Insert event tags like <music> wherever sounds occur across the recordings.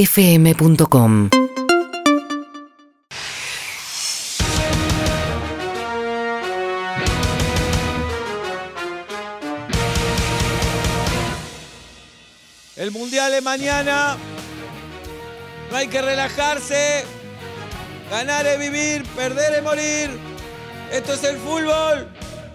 urbanaplayfm.com El mundial es mañana. No hay que relajarse. Ganar es vivir, perder es morir. Esto es el fútbol.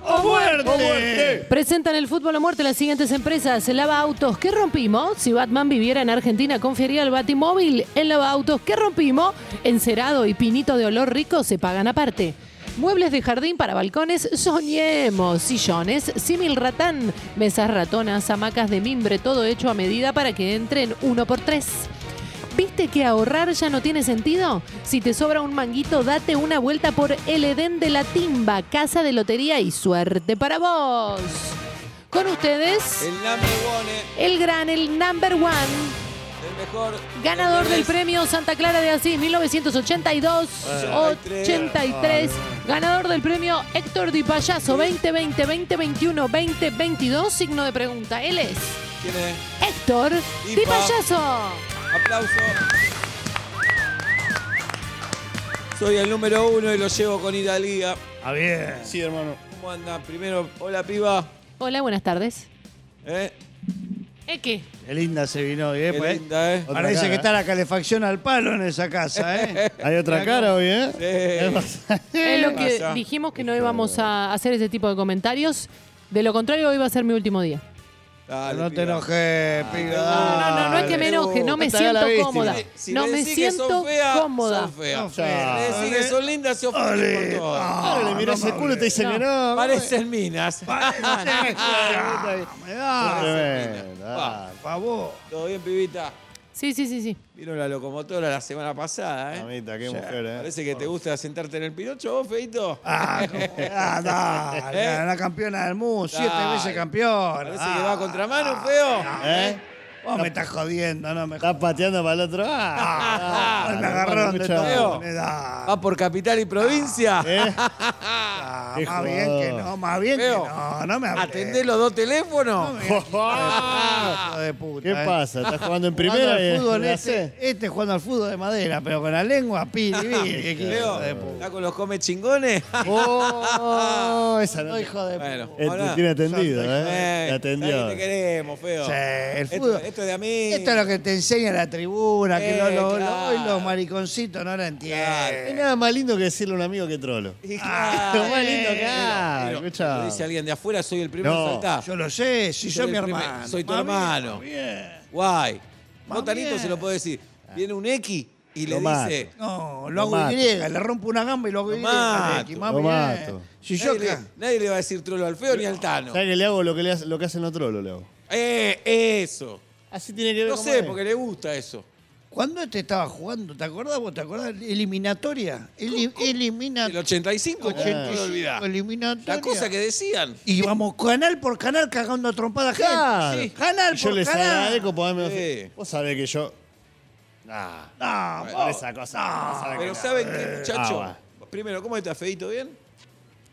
¡O muerte! Presentan el fútbol a muerte las siguientes em- empresas. Lava Autos, ¿qué rompimos? Si Batman viviera en Argentina, confiaría al Batimóvil. En Lava Autos, ¿qué rompimos? Encerado y pinito de olor rico se pagan aparte. Muebles de jardín para balcones, soñemos. Sillones, símil ratán, mesas ratonas, hamacas de mimbre, todo hecho a medida para que entren uno por tres. ¿Viste que ahorrar ya no tiene sentido? Si te sobra un manguito, date una vuelta por El Edén de la Timba, casa de lotería y suerte para vos. Con ustedes, El number one, eh, el gran, el number one, el mejor. ganador del Es- premio Santa Clara de Asís 1982-83, ganador del premio Héctor Di Payaso 2020, 2021, 2022, signo de pregunta. Él es ¿Quién es? Héctor Di Di Pa. Payaso. Aplauso. Soy el número uno y lo llevo con Italia. Ah, bien. Sí, hermano. ¿Cómo andan? Primero, hola piba. Hola, buenas tardes. <laughs> ¿Eh? Eque. Qué linda se vino hoy, ¿eh? Qué Pues, linda, ¿eh? Otra Parece cara, que ¿eh? está la calefacción al palo en esa casa, <laughs> ¿eh? Hay otra cara hoy, ¿eh? Sí. Es lo que pasa? dijimos que no íbamos a hacer ese tipo de comentarios. De lo contrario, hoy va a ser mi último día. Dale, no te piba. enojes, piba. No, no, no, no es que me Ah, Dale. enoje, no me Hasta acá la siento víctima. cómoda. Si No le me decís que son siento feas, cómoda. Son feas. Son Si feas. le decís que son lindas, se ofenden Ole. por todo. Ah, Ahora le mirás no me el culo y te dicen No. que no. <laughs> Parecen minas. Ah, me da, Tremendo, dale. por favor. ¿Todo bien, pibita? Sí, sí, sí, sí. Vieron la locomotora la semana pasada, ¿eh? Mamita, qué mujer, ¿eh? Parece que te gusta sentarte en el pinocho, vos, feito. Ah, cómo- ah, dale, ¿Eh? la campeona del mundo, siete Dale. veces campeona. Parece Ah, que va a contramano, feo. ¿Eh? Vos me estás jodiendo, no me Estás pateando para el otro. <laughs> Ah, Ah, dale, me agarraron de escucha. todo. Leo. me da. Va por capital y provincia. ¿Eh? <laughs> Ah, qué más bien jugador. que no, más bien Leo, que no, no me hablé. Atendés los dos teléfonos. No me hablé, hijo de puta, Ah. ¿Qué eh. <laughs> pasa? ¿Estás jugando en Jugando primera al y fútbol en la C? este, este jugando al fútbol de madera, pero con la lengua <laughs> pili, pili, qué hijo Leo, de puta. ¿está con los come chingones? <laughs> ¡Oh! Esa no. No, hijo de puta. bueno, Eh, te hola. tiene atendido, Son- ¿eh? Eh, Te sabés atendió. que te queremos, feo. Sí, el esto, fútbol. esto es de amigos. Esto es lo que te enseña la tribuna, que Eh, lo- lo- claro. lo- hoy los mariconcitos no la No hay entienden. nada más lindo que decirle a un amigo que trolo. Y Lo claro, más lindo que Ah, pero- hay. Escucha. lo dice alguien de afuera, soy el primero No, en saltar. Yo lo sé, si Ah. Soy yo mi el primer- hermano. soy tu Más bien, hermano. más bien. Guay. No Más tanito bien. se lo puedo decir. Viene un X y le Lo mato. dice. No, Lo lo hago mato. Y, le rompo una gamba y lo hago Y. mato, X, más lo bien. mato. Si yo Nadie le, acá, nadie le va a decir trolo al feo ni al Tano. ¿Sabes que le hago lo que, le hace- lo que hacen los trolos, le hago? Eh, eso. Así tiene que ver No cómo sé, es. porque le gusta eso. cuando este estaba jugando, ¿te acordás vos? ¿Te acordás? Eliminatoria. Eli- El eliminatoria. 85, ¿cómo no lo olvidás? eliminatoria. La cosa que decían. Y vamos canal por canal cagando a trompada gente. Claro. Sí. Canal Y yo por les canal. agradezco por haberme Sí. Vos sabés que yo. Nah. No, con vos. esa cosa. vos sabés que Oh. Pero no. ¿saben qué, muchacho? Ah, Primero, ¿cómo está feito bien?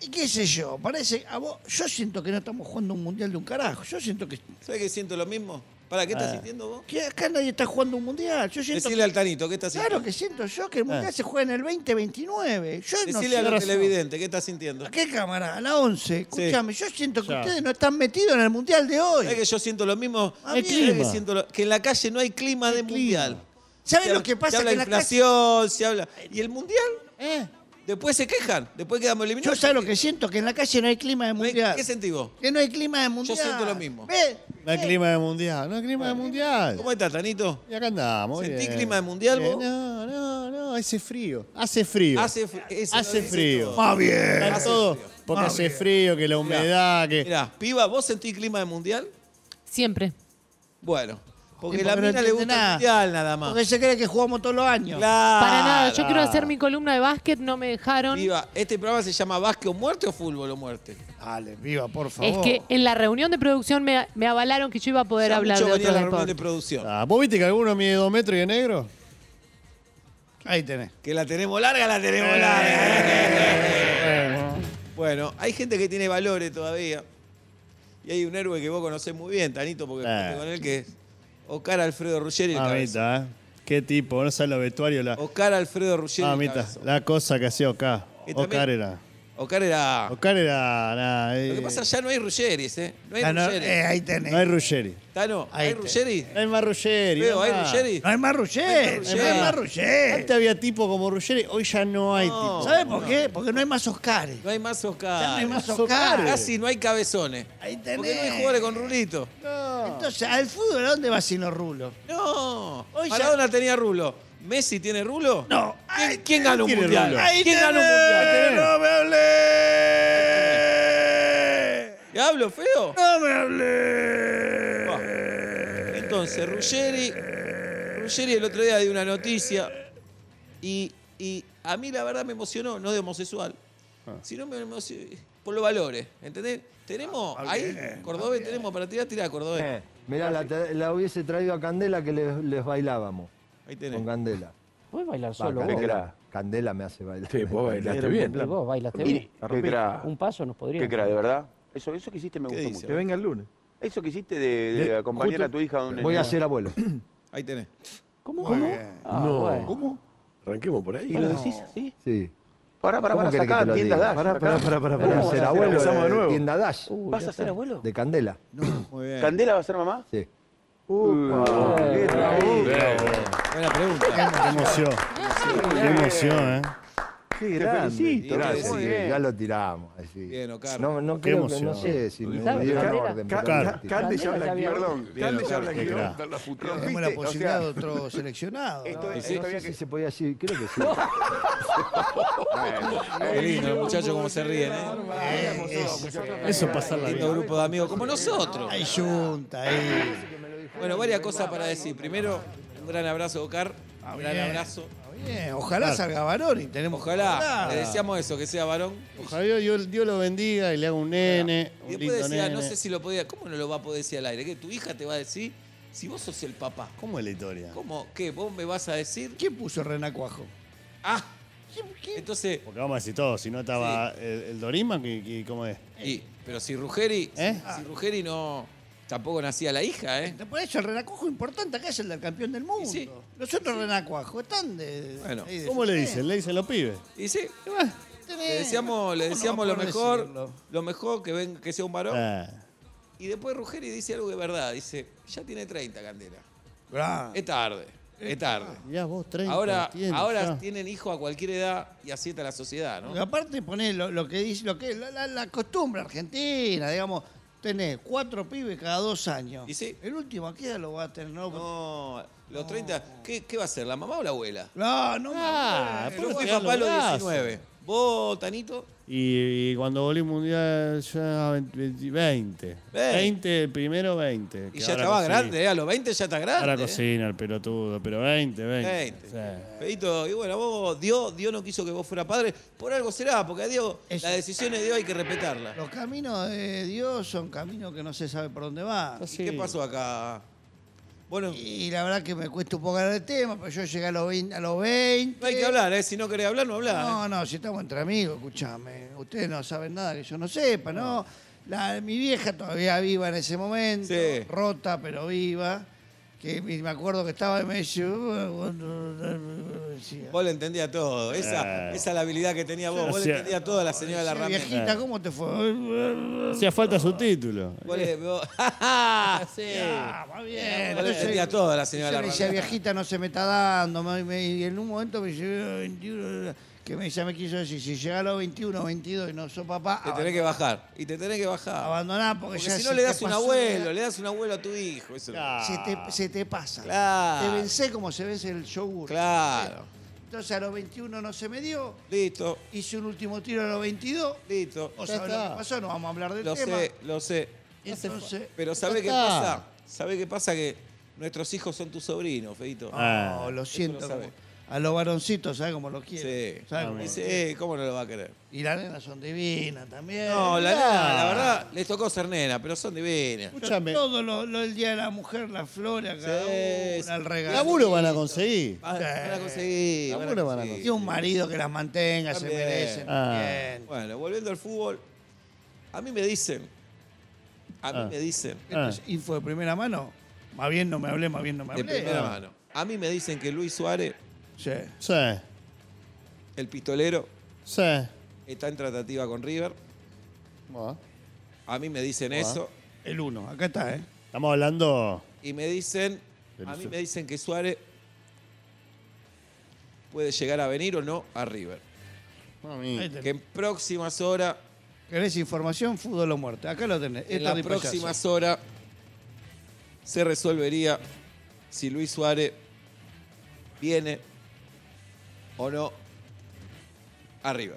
Y qué sé yo, parece, a vos, yo siento que no estamos jugando un mundial de un carajo. Yo siento que, ¿Sabes que siento lo mismo? ¿Para qué estás sintiendo vos? que acá nadie está jugando un mundial. Yo siento Decirle al Tanito, ¿qué estás sintiendo? Claro que siento yo que el mundial se juega en el 2029. Yo no Decirle Ah. a sé- los televidentes, ¿qué estás sintiendo? ¿A qué cámara? A la 11. Escúchame, yo siento que Ya. ustedes no están metidos en el mundial de hoy. ¿Sabes que yo siento lo mismo? Ah, bien. ¿Sabés Que, clima. siento lo- que en la calle no hay clima de mundial. ¿Saben Se lo hab- que pasa? Se habla Que de en la inflación, se habla. ¿Y el mundial? calle- ¿Eh? Después se quejan, después quedamos Yo eliminados. sé lo que siento, que en la calle no hay clima de No hay- mundial. ¿Qué sentís vos? Que no hay clima de mundial. siento lo mismo. ¿Ves? No hay clima de mundial. No hay clima de mundial. ¿Cómo estás, Tanito? Y acá andamos. muy ¿Sentí bien. clima de mundial, Bien. vos? No, no, no. Hace frío. Hace frío. Hace, fr- eso Hace lo dice frío. todo. Más bien. Está todo. Porque hace frío, que la humedad, que. Ah, Mirá, piba, ¿vos sentís clima de mundial? Siempre. Bueno, porque Sí, la no mina le entiende gusta el mundial nada más. Porque se cree que jugamos todos los años. Claro. Para nada, yo quiero hacer mi columna de básquet, no me dejaron. Piba, ¿este programa se llama Básquet o Muerte o Fútbol o Muerte? Dale, viva, por Es favor. que en la reunión de producción me, me avalaron que yo iba a poder Ya hablar mucho de venía otro la reunión de deporte. producción. Ah, ¿Vos viste que alguno mide dos metros y es negro? Ahí tenés. Que la tenemos larga, la Eh, tenemos larga. bueno, hay gente que tiene valores todavía. Y hay un héroe que vos conocés muy bien, Tanito, porque Eh. fuiste con él que es Ocar Alfredo Ruggeri el cabezón. Mamita, ¿eh? Qué tipo, no sabe lo vestuario. La... Ocar Alfredo Ruggeri el Mamita, cabezón. la cosa que hacía Ocar. Y también- Ocar era. Ocar era... Ocar era. nah, eh, Lo que pasa, ya no hay Ruggeris, ¿eh? No hay Ah, no, Ruggeris. eh, ahí No hay tenés. Ruggeri. Tano, ahí ¿hay te- Ruggeri? No hay más Ruggeri. Veo, ¿hay mamá. Ruggeri? No hay más Ruggeri. No hay más No Ruggeri. hay más Ruggeri. Antes había tipo como Ruggeri, hoy ya no hay No. tipo. ¿Sabes por qué? Porque no hay más Oscares. No hay más Ya no hay Ocar. más Oscares. Oscares. Casi no hay cabezones. Ahí tenés. Porque no hay jugadores con rulito. Entonces, ¿al fútbol a dónde va sin los rulos? No. Hoy ya- Maradona tenía rulo. ¿Messi tiene rulo? No. Ahí ¿Quién, quién gana un tiene mundial? rulo. Ahí ¿Quién gana un tenés. mundial? ¡No me hablé! ¿Y hablo feo? ¡No me hablé! Buah. Entonces, Ruggeri. Ruggeri el otro día dio una noticia. Y, y a mí la verdad me emocionó, no de homosexual, sino me emocionó por los valores. ¿Entendés? Tenemos ahí, Cordobés, tenemos para tirar, tirar Cordobés. Eh, mirá, la, tra- la hubiese traído a Candela que les, les bailábamos. Ahí Con tenés. Candela. Puedes bailar Va, solo vos. Candela, Candela me hace bailar. Sí, vos bailaste Pero bien. porque Vos bailaste bien. ¿Qué cra? Un paso nos podría. ¿Qué cra, de verdad? Eso, eso que hiciste me ¿Qué gustó dice? mucho. venga el lunes. Eso que hiciste de, de acompañar a tu hija a un Voy a ser abuelo. Ahí tenés. ¿Cómo? ¿Cómo? Ah, No. bueno. ¿Cómo? Arranquemos por ahí. ¿Y lo decís así? Sí. Pará, pará, ¿Cómo pará, querés que te sacá, lo tienda diga? Dash. Pará, sacá. pará, pará, pará, pará. ¿Cómo vas a Ser ser abuelo eh. Empezamos de de nuevo. tienda Dash. ¿Vas a ser abuelo? De Candela. Muy bien. ¿Candela va a ser mamá? Uh, Sí. Uh, Qué trabajo. Buena pregunta. Qué emoción. Qué emoción, ¿eh? Qué felicito, Gracias. muy sí, bien. Ya lo tiramos. así. Bien, Ocar. No, no Qué creo que, no emoción. sé si me ¿Sabes? dieron Candela- orden. Ca- pero Ca- lo Candela Cande ya ya habla aquí, había- perdón. Cande ya habla aquí, Claro. vamos a dar la futura. Tenemos la posibilidad de otro seleccionado. Esto tiramos. es, esto No había sé que... si se podía decir, creo que sí. Qué lindo, el muchacho cómo se ríen, ¿eh? Eh, es- Eso es pasarla Lindo bien. grupo de amigos como nosotros. hay junta, ahí. Bueno, varias cosas para decir. Primero, un gran abrazo, Ocar. Un gran bien. abrazo. Bien, ojalá salga varón y tenemos Ojalá, Eh. le deseamos eso, que sea varón. Ojalá Dios, Dios- Dios lo bendiga y le haga un nene, Y un después lindo decía, nene. no sé si lo podía, ¿cómo no lo va a poder decir al aire? ¿Qué? ¿Tu hija te va a decir? Si vos sos el papá, ¿Cómo es la historia? ¿cómo? ¿Qué? ¿Vos me vas a decir? ¿Quién puso Renacuajo? Ah, entonces, Porque vamos a decir todo, si no estaba el, el Dorima, que, que- ¿cómo es? y- pero si Ruggeri, ¿Eh? si Ruggeri no, tampoco nacía la hija, ¿eh? Por eso el Renacuajo importante acá es el del campeón del mundo. sí. Los otros Renacuajo están de. Bueno, ahí de- ¿Cómo le dicen? Le dicen los pibes. Y sí, Tenés- le decíamos, le eh, ¿Cómo no decíamos lo podés mejor, decirlo? lo mejor que ven, que sea un varón. Ah, Y después Ruggeri dice algo de verdad, dice, ya tiene 30 Candela. Gran. Es tarde, es tarde. mirá vos, 30. Ahora, Ah, tiene, ahora ya. tienen hijos a cualquier edad y así está la sociedad, Porque ¿no? aparte ponés lo, lo que dice, lo que la, la- la costumbre argentina, digamos, tenés cuatro pibes cada dos años. Y sí. El último aquí ya lo va a tener. No, no, No, los 30, ¿qué, qué va a ser? ¿La mamá o la abuela? no, no me Ah, hables. Yo ¿por qué fui te dan papá a los los brazos? 19. ¿Vos, Tanito? Y, y cuando volví mundial ya 20, 20. Ve. 20, el primero 20. Y que ya ahora estaba cocina. grande, ¿eh? A los 20 ya está grande. Ahora ¿eh? cocina el pelotudo, pero 20, 20. 20. Sí. Feito, y bueno, vos, Dios, Dios no quiso que vos fueras padre. Por algo será, porque a Dios, Eso. las decisiones de Dios hay que respetarlas. Los caminos de Dios son caminos que no se sabe por dónde va. ¿Y qué pasó acá? Bueno, Y la verdad que me cuesta un poco hablar del tema, pero yo llegué a los 20. A los 20. no hay que hablar, ¿eh? Si no querés hablar, no hablás. ¿eh? No, no, si estamos entre amigos, escúchame. Ustedes no saben nada que yo no sepa, ¿no? La- mi vieja todavía viva en ese momento, Sí. rota pero viva. Que me me acuerdo que estaba y me decía, "Uh, bueno", decía, Vos le entendías todo. Esa, Eh. esa es la habilidad que tenía vos. Vos le Hacía- entendías todo a la señora de la ramera. viejita, ¿cómo te fue? Hacía falta su título. Vos <laughs> le, vos- <laughs> ¡Ja, ja! Ah, va bien. Vos le entendías todo a la señora de Yo la le decía, ramera. viejita, no se me está dando. me- me- y en un momento me dice, "Eh, 21", que me, ya me quiso decir, si llega a los 21, 22 y no sos papá, Te tenés que bajar. Y te tenés que bajar. abandoná porque, Porque ya si no se le te das un pasó la edad". abuelo, le das un abuelo a tu hijo. Eso. Claro. se te, se te pasa. Ah. Claro. Te vencé como se vence el yogur. Claro. Entonces a los 21 no se me dio, Listo, hice un último tiro a los 22. listo. O sabés lo está. que pasó, no vamos a hablar del Lo tema. sé, lo sé. Entonces, Pero ¿sabe qué está. pasa? ¿Sabe qué pasa? Que nuestros hijos son tus sobrinos, Feito. Ah. no, lo siento. lo sabe. a los varoncitos, ¿sabes cómo los quiero? Sí. ¿Sabe cómo Y los Dice, eh, ¿cómo no lo va a querer? quiero? Y las nenas son divinas también. No, la nena, la verdad, les tocó ser nena, pero son divinas. Escúchame, Todo lo, lo- el día de la mujer, las flores, a cada Sí, sí. una, el regalo. laburo van a conseguir. Van, van a conseguir. van a Algunos van a conseguir. Y un marido que las mantenga, También. se merecen. Ah. también. Bueno, volviendo al fútbol, a mí me dicen, a mí Ah. me dicen, Esto es info de primera mano. Más bien no me hablé, más bien no me de hablé. primera Ah, mano. A mí me dicen que Luis Suárez, Sí. Sí, el pistolero, sí. está en tratativa con River. Bueno, A mí me dicen Bueno. eso. El uno, acá está, ¿eh? Estamos hablando. Y me dicen, a mí me dicen que Suárez puede llegar a venir o no a River. Ahí Que tenés. en próximas horas, ¿Querés información? Fútbol o muerte. Acá lo tenés. en Esto las de payaso. próximas horas, se resolvería si Luis Suárez viene o no a River.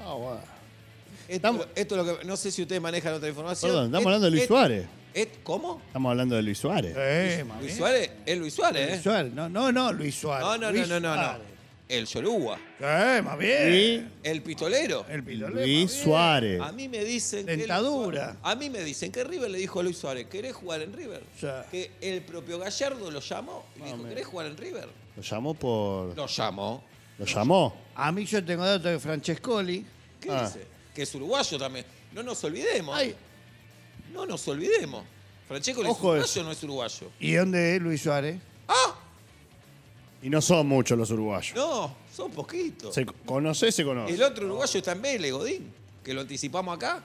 Ah, bueno. Esto, Estamos- esto es lo que. No sé si ustedes manejan otra información. Perdón, estamos Et- hablando de Luis et- Suárez. et- ¿Cómo? Estamos hablando de Luis Suárez. Eh, más Luis bien. Suárez es Luis Suárez, Luis ¿eh? Suárez. No, no, no, Luis Suárez. No, no, no, Luis no, no, no. Suárez. El Yoruba. Eh, más bien. Y El pistolero. El pilolema. Luis Suárez. A mí me dicen que. Dentadura. Luis Suárez- A mí me dicen que River le dijo a Luis Suárez, ¿querés jugar en River? Sí. Que el propio Gallardo lo llamó y le dijo, ¿querés jugar en River? Lo llamó por. Lo llamó. Lo llamó. A mí yo tengo datos de Francescoli. ¿Qué Ah. dice? Que es uruguayo también. No nos olvidemos. Ay. No nos olvidemos. Francesco es Ojo uruguayo eso. o no es uruguayo. ¿Y dónde es Luis Suárez? Y no son muchos los uruguayos. No, son poquitos. Se conoce, se El conoce. otro uruguayo está en Vélez, Godín, que lo anticipamos acá.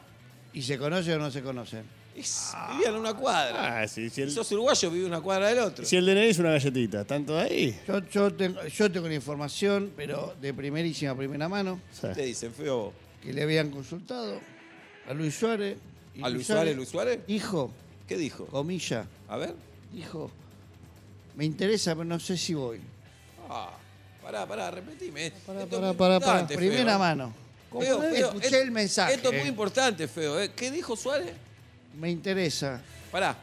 ¿Y se conoce o no se conoce? Es- vivían en una cuadra. Ah, sí, si Si el, sos uruguayo, vive una cuadra del otro. si el DNI es una galletita, tanto ahí. Yo, yo, tengo, yo tengo la información, pero de primerísima, primera mano, Sí. Te dicen, feo vos. que le habían consultado a Luis Suárez. y ¿A Luis Suárez, Luis Suárez? Hijo, ¿Qué dijo? comilla, A ver. hijo, me interesa, pero no sé si voy. Ah, pará, pará, repetime. Esto es pará, muy pará, pará. importante, Feo. Primera mano. Feo, Feo, Escuché esto- el mensaje. Esto es muy importante, feo. ¿eh? ¿Qué dijo Suárez? Me interesa, Pará,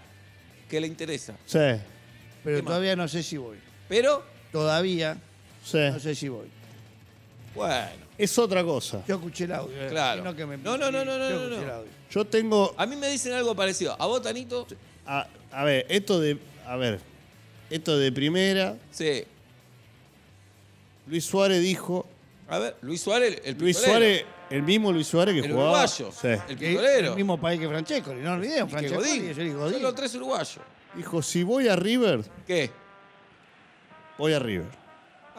que le interesa. Sí, pero ¿Qué más? todavía no sé si voy. Pero, Todavía sí. no sé si voy. bueno, Es otra cosa. Yo escuché el audio. eh, Claro. sino que me- No, no, no, no, no, no, Yo escuché no. el audio. Yo tengo. a mí me dicen algo parecido. ¿A vos, Tanito? A, a ver, esto de. A ver. Esto de primera. Sí. Luis Suárez dijo. A ver, Luis Suárez, el Luis pistolero. Suárez, el mismo Luis Suárez que El jugaba. uruguayo. Sí. El Que es pistolero. El mismo país que Francescoli, no olvidemos. que Francescoli Godín. es el Son Godín. los tres uruguayos. Dijo: si voy a River, ¿Qué? voy a River.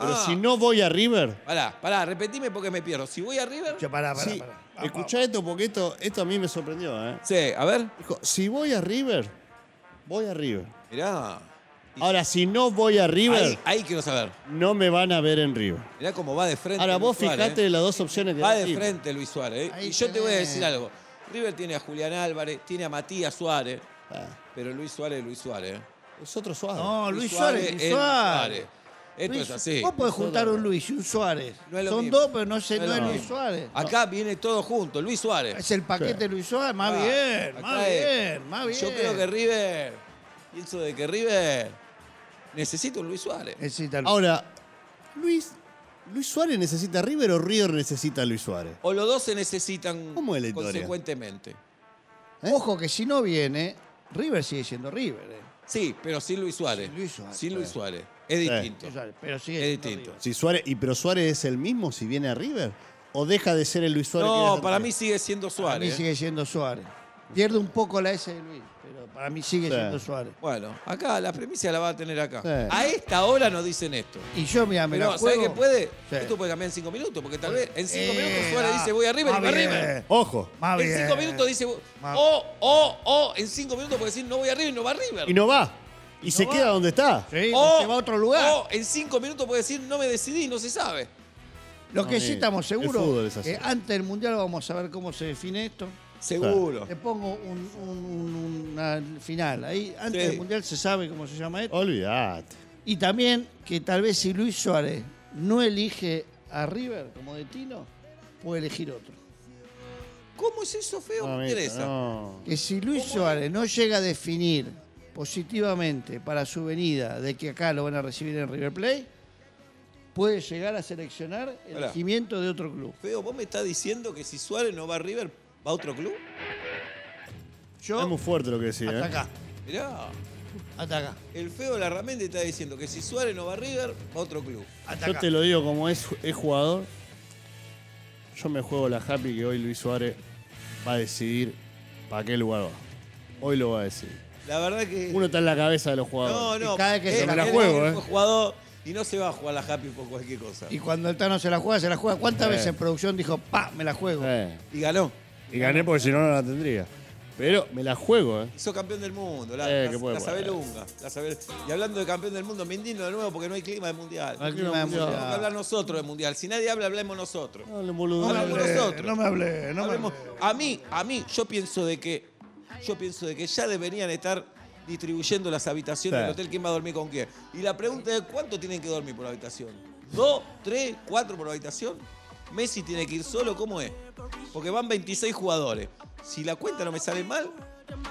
Pero Ah. si no voy a River, Pará, pará, repetime porque me pierdo. Si voy a River. Yo, pará, pará, Sí, pará. Vamos, escuchá esto porque esto, esto a mí me sorprendió. ¿eh? Sí, a ver. Dijo, si voy a River, voy a River. Mirá. Ahora, si no voy a River, Ahí, ahí quiero saber. no me van a ver en River. Mirá cómo va de frente. Ahora, Luis vos Suárez, fijate ¿eh? las dos opciones que Va da de River. frente Luis Suárez. ¿eh? Ahí Y yo te voy a tenés. decir algo. River tiene a Julián Álvarez, tiene a Matías Suárez, Ah, pero Luis Suárez es Luis Suárez. ¿eh? es otro suave. No, Luis Suárez, Luis es Suárez. Esto Luis- es así. Vos podés juntar un Luis y un Suárez. No es lo Son mismo. dos, pero no, sé, No es no, es lo Luis mismo. Suárez. Acá viene todo junto, Luis Suárez. Es el paquete Luis Suárez. Más Ah, bien, acá más es. bien, más bien. Yo creo que River, pienso de que River necesita un Luis Suárez. Necesita Luis. Ahora, Luis, ¿Luis Suárez necesita a River o River necesita a Luis Suárez? O los dos se necesitan ¿Cómo es la historia? consecuentemente. Ojo que si no viene, River sigue siendo River. eh. Sí, pero sin Luis Suárez. Sin Luis Suárez. Sin Luis Suárez. Es distinto. Luis Suárez, Pero sigue Es siendo distinto. River. Si Suárez, y, ¿Pero Suárez es el mismo si viene a River? ¿O deja de ser el Luis Suárez? que era No, antes? para mí sigue siendo Para mí Suárez. ¿eh? sigue siendo Suárez. Pierde un poco la S de Luis, pero para mí sigue Sí. siendo Suárez. Bueno, acá la premisa la va a tener acá. Sí. A esta hora nos dicen esto. Y yo, mira, me Pero, la ¿sabes juego. qué puede? Sí. Esto puede cambiar en cinco minutos, porque tal vez en cinco Eh, minutos Suárez ah, dice voy arriba y más va bien, arriba. Ojo. Más En cinco Ah, bien. minutos dice, o, Más- o, o, en cinco minutos puede decir no voy arriba y no va arriba. "Oh, Y no va. Y, se queda donde está. Sí, o, se va a otro lugar. O oh", en cinco minutos puede decir no me decidí, no se sabe. Lo que No, sí mire, estamos el fútbol seguros es así. que antes del Mundial vamos a ver cómo se define esto. Seguro. Le pongo un, un- un- una final. Ahí, antes Sí. del Mundial se sabe cómo se llama esto. Olvídate. Y también que tal vez si Luis Suárez no elige a River como destino, puede elegir otro. ¿Cómo es eso feo? No, me amigo, interesa. no. Que si Luis Suárez no llega a definir positivamente para su venida de que acá lo van a recibir en River Play, puede llegar a seleccionar el Pará. regimiento de otro club. Feo, vos me estás diciendo que si Suárez no va a River, va a otro club. Es muy Yo, fuerte lo que decía. hasta ¿eh? acá, Mirá, hasta acá, el feo Larramendi está diciendo que si Suárez no va a River, va a otro club. hasta Yo acá. te lo digo como es, es jugador. Yo me juego la happy que hoy Luis Suárez va a decidir para qué lugar va. Hoy lo va a decidir. La verdad que. Uno está en la cabeza de los jugadores. No, no. y cada vez que se me la él juego, es un eh. jugador y no se va a jugar la Happy por cualquier cosa. Y cuando el Tano se la juega, se la juega. ¿Cuántas Eh. veces en producción dijo, pa, me la juego? Eh, Y ganó. Y gané porque si no, no la tendría. Pero me la juego, ¿eh? Hizo campeón del mundo. La, Eh, la- que puede la poner. Sabelunga, la Sabel- Y hablando de campeón del mundo, me indigno de nuevo porque no hay clima de mundial. No hay clima de mundial. Tenemos que hablar nosotros de mundial. Si nadie habla, hablemos nosotros. No, le boludo. No, Dale. no, no. nosotros. no me hablé, no me hablé. Hablemos- A mí, a mí, yo pienso de que yo pienso de que ya deberían estar distribuyendo las habitaciones Sí. del hotel, quién va a dormir con quién. Y la pregunta es cuánto tienen que dormir por habitación. ¿Dos, tres, cuatro por habitación? Messi tiene que ir solo, ¿cómo es? Porque van 26 jugadores. Si la cuenta no me sale mal,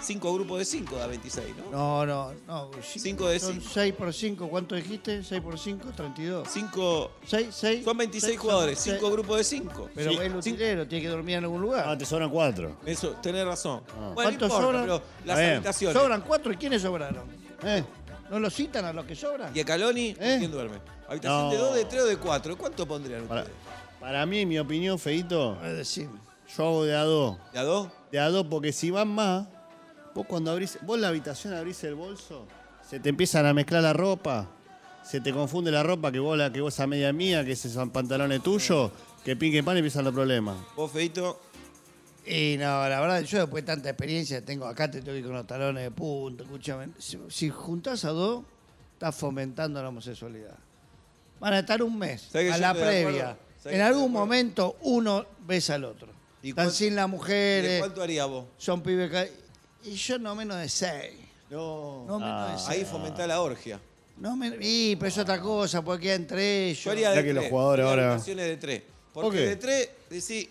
cinco grupos de cinco da 26, ¿no? No, no, no. Cinco de Son cinco. 6 por 5. ¿Cuánto dijiste? 6 por 5, 32. Cinco, 6, 6. son 26 jugadores, cinco cinco grupos de cinco. Pero Sí, el cinco- utilero tiene que dormir en algún Ah, lugar. te sobran cuatro. Eso, tenés razón. Bueno, no ¿Cuántos importa, sobran? pero las Está bien. habitaciones. Ah. Sobran cuatro. ¿Y quiénes sobraron? ¿Eh? ¿No los citan a los que sobran? ¿Y a Caloni? ¿Eh? ¿Quién duerme? Habitación No. de 2, de 3 o de 4. ¿Cuánto pondrían Para, ustedes? para mí, en mi opinión, Feito, Eh, decime. yo hago de a dos. ¿De a 2? De a dos, porque si van más, vos cuando abrís, vos la habitación abrís el bolso, se te empiezan a mezclar la ropa, se te confunde la ropa que vos la que vos a media mía, que ese son pantalones tuyos, que pin que pan empiezan los problemas. Vos, Feito, Y no, la verdad, yo después de tanta experiencia tengo acá, te tengo que ir con los talones de punta, escúchame. Si, si juntás a dos, estás fomentando la homosexualidad. Van a estar un mes ¿Sabés que a yo la estoy de previa. acuerdo? ¿Sabés que En estoy de algún acuerdo? momento uno besa al otro. ¿Y Están cuánto- sin las ¿de mujeres, cuánto haría vos? son pibes que... Y yo no menos de seis. No. No Ah. menos de Ah, Ahí seis. fomentá la orgia. No men- y, pero es otra cosa, porque queda entre ellos. Yo haría mirá de que los tres, jugadores haría ahora- habitaciones de 3. Porque Ok. de 3, decís,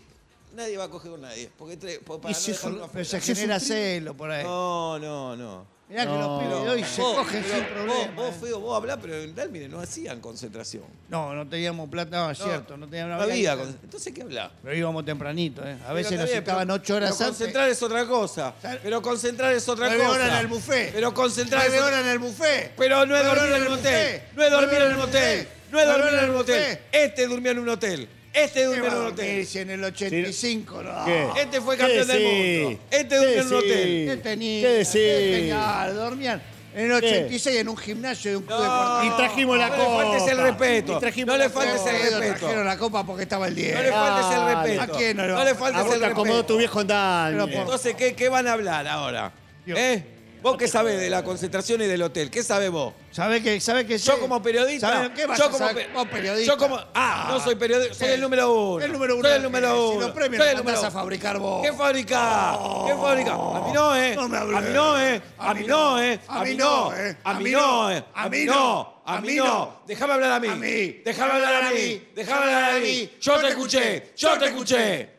nadie va a coger con nadie. Porque 3, para Y no se- dejar uno pero se afuera. genera celo por ahí. No, no, no. Mirá que los pibes de hoy se Vos, cogen pero sin vos- problema. Vos, eh. Feo, vos hablás, pero en tal, mire, no hacían concentración. No, no teníamos plata, no, es cierto, no teníamos no había. plata. con- Entonces, ¿qué hablás? Pero íbamos tempranito, ¿eh? Pero A veces nos está bien, sentaban pero- ocho horas pero antes. Concentrar es otra cosa. Claro. Pero concentrar es otra Nueve cosa. horas en el buffet. Pero concentrar Nueve es horas en el buffet. Pero no es Nueve dormir horas en el motel. buffet. No es dormir Nueve en el horas motel. buffet. No es dormir Nueve en el horas motel. buffet. Este durmió en un hotel. Este ¿Qué durmió va en un a dormir hotel. si en el 85? No. ¿Qué? Este fue campeón ¿Qué del decís? mundo. Este durmió en un decís? hotel. ¿Qué tenía? ¿Qué este decís? tenía? Ah, Dormían en el 86 en un gimnasio de un club Y deportivo. trajimos la No le copa. faltes el respeto. Y trajimos No la le faltes copa. el Pero respeto. Trajeron la copa porque estaba el 10. No le faltes el Ah, respeto. ¿a quién no le No vamos le a- A faltes vos el te acomodó tu respeto. viejo en Dani. Pero por- Entonces, ¿qué, qué van a hablar ahora? Dios. ¿Eh? ¿Vos qué sabés de la concentración y del hotel? ¿Qué sabés vos? ¿Sabés qué? ¿Sabés qué? Yo sé? como periodista. ¿Sabés qué vas yo a como saber? pe- Vos periodista. Yo como. Ah, no soy periodista. Soy Sí. el número uno. El número uno. Soy el número uno. Si los premios soy los el número mandás a uno. fabricar vos. ¿Qué fabrica? ¿Qué fabrica? A mí no, ¿eh? No me hables. A mí no, ¿eh? A mí no, ¿eh? A mí no, ¿eh? A mí no, ¿eh? A mí no. A mí no. Déjame hablar a mí. A mí. Déjame hablar a mí. Déjame hablar a mí. Yo te escuché. Yo te escuché.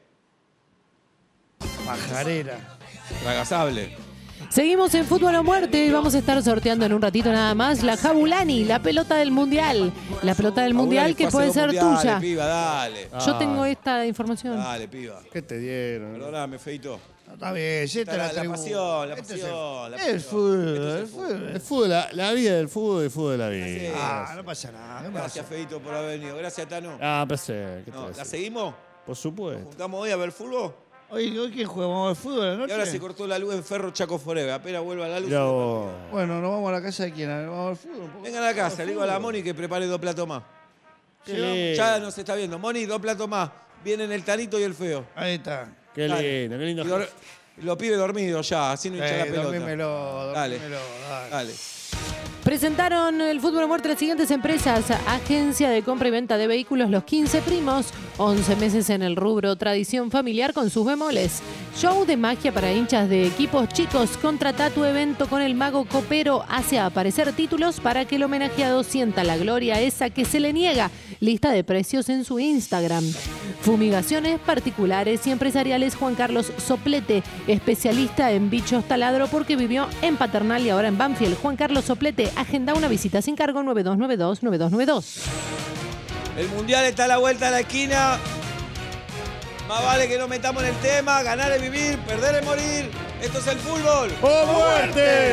Pajarera. Tragasable. Seguimos en Fútbol o Muerte y vamos a estar sorteando en un ratito nada más la Jabulani, la pelota del Mundial. La pelota del Mundial que puede ser tuya. Dale, eh, piba, dale. Yo tengo esta información. Dale, piba. ¿Qué te dieron? Perdóname, Feito. No, está bien, sí, Está esta es la, la- la tribu. pasión, la Este es pasión, la el, el pasión. fútbol, Este es el el fútbol. El fútbol, la, la vida del fútbol y el fútbol de la Sí. vida. Ah, no pasa nada. no pasa Gracias, Feito, por haber venido. Gracias, Tano. Ah, pensé. ¿Qué te No, voy a ¿La decir? seguimos? Por supuesto. ¿Juntamos hoy a ver fútbol? nada. Hoy, hoy ¿quién juega? ¿Vamos al fútbol a la Y ahora noche? se cortó la luz en Ferro Chaco Forever. Apenas vuelva la luz. Mirá vos. Bueno, nos vamos a la casa de quién? A ver, Vamos al fútbol. un poco. Vengan a la casa, le digo a la Moni que prepare dos platos más. Qué lindo. Ya nos está viendo. Moni, dos platos más. Vienen el Tanito y el Feo. Ahí está. Qué Dale. lindo, qué lindo. Y dor- Los pibes dormidos ya, así no hincha la Eh, pelota. dormímelo, Dale. dormímelo. Dale. Dale. Presentaron el Fútbol o Muerte las siguientes empresas. Agencia de compra y venta de vehículos Los 15 Primos. 11 meses en el rubro Tradición Familiar con sus bemoles. Show de magia para hinchas de equipos chicos. Contrata tu evento con el mago copero. Hace aparecer títulos para que el homenajeado sienta la gloria esa que se le niega. Lista de precios en su Instagram. Fumigaciones particulares y empresariales Juan Carlos Soplete, especialista en bichos taladro porque vivió en Paternal y ahora en Banfield. Juan Carlos Soplete, agenda una visita sin cargo 9292-9292. El mundial está a la vuelta de la esquina. Más vale que no metamos en el tema. Ganar es vivir, perder es morir. Esto es el fútbol. ¡Oh, muerte!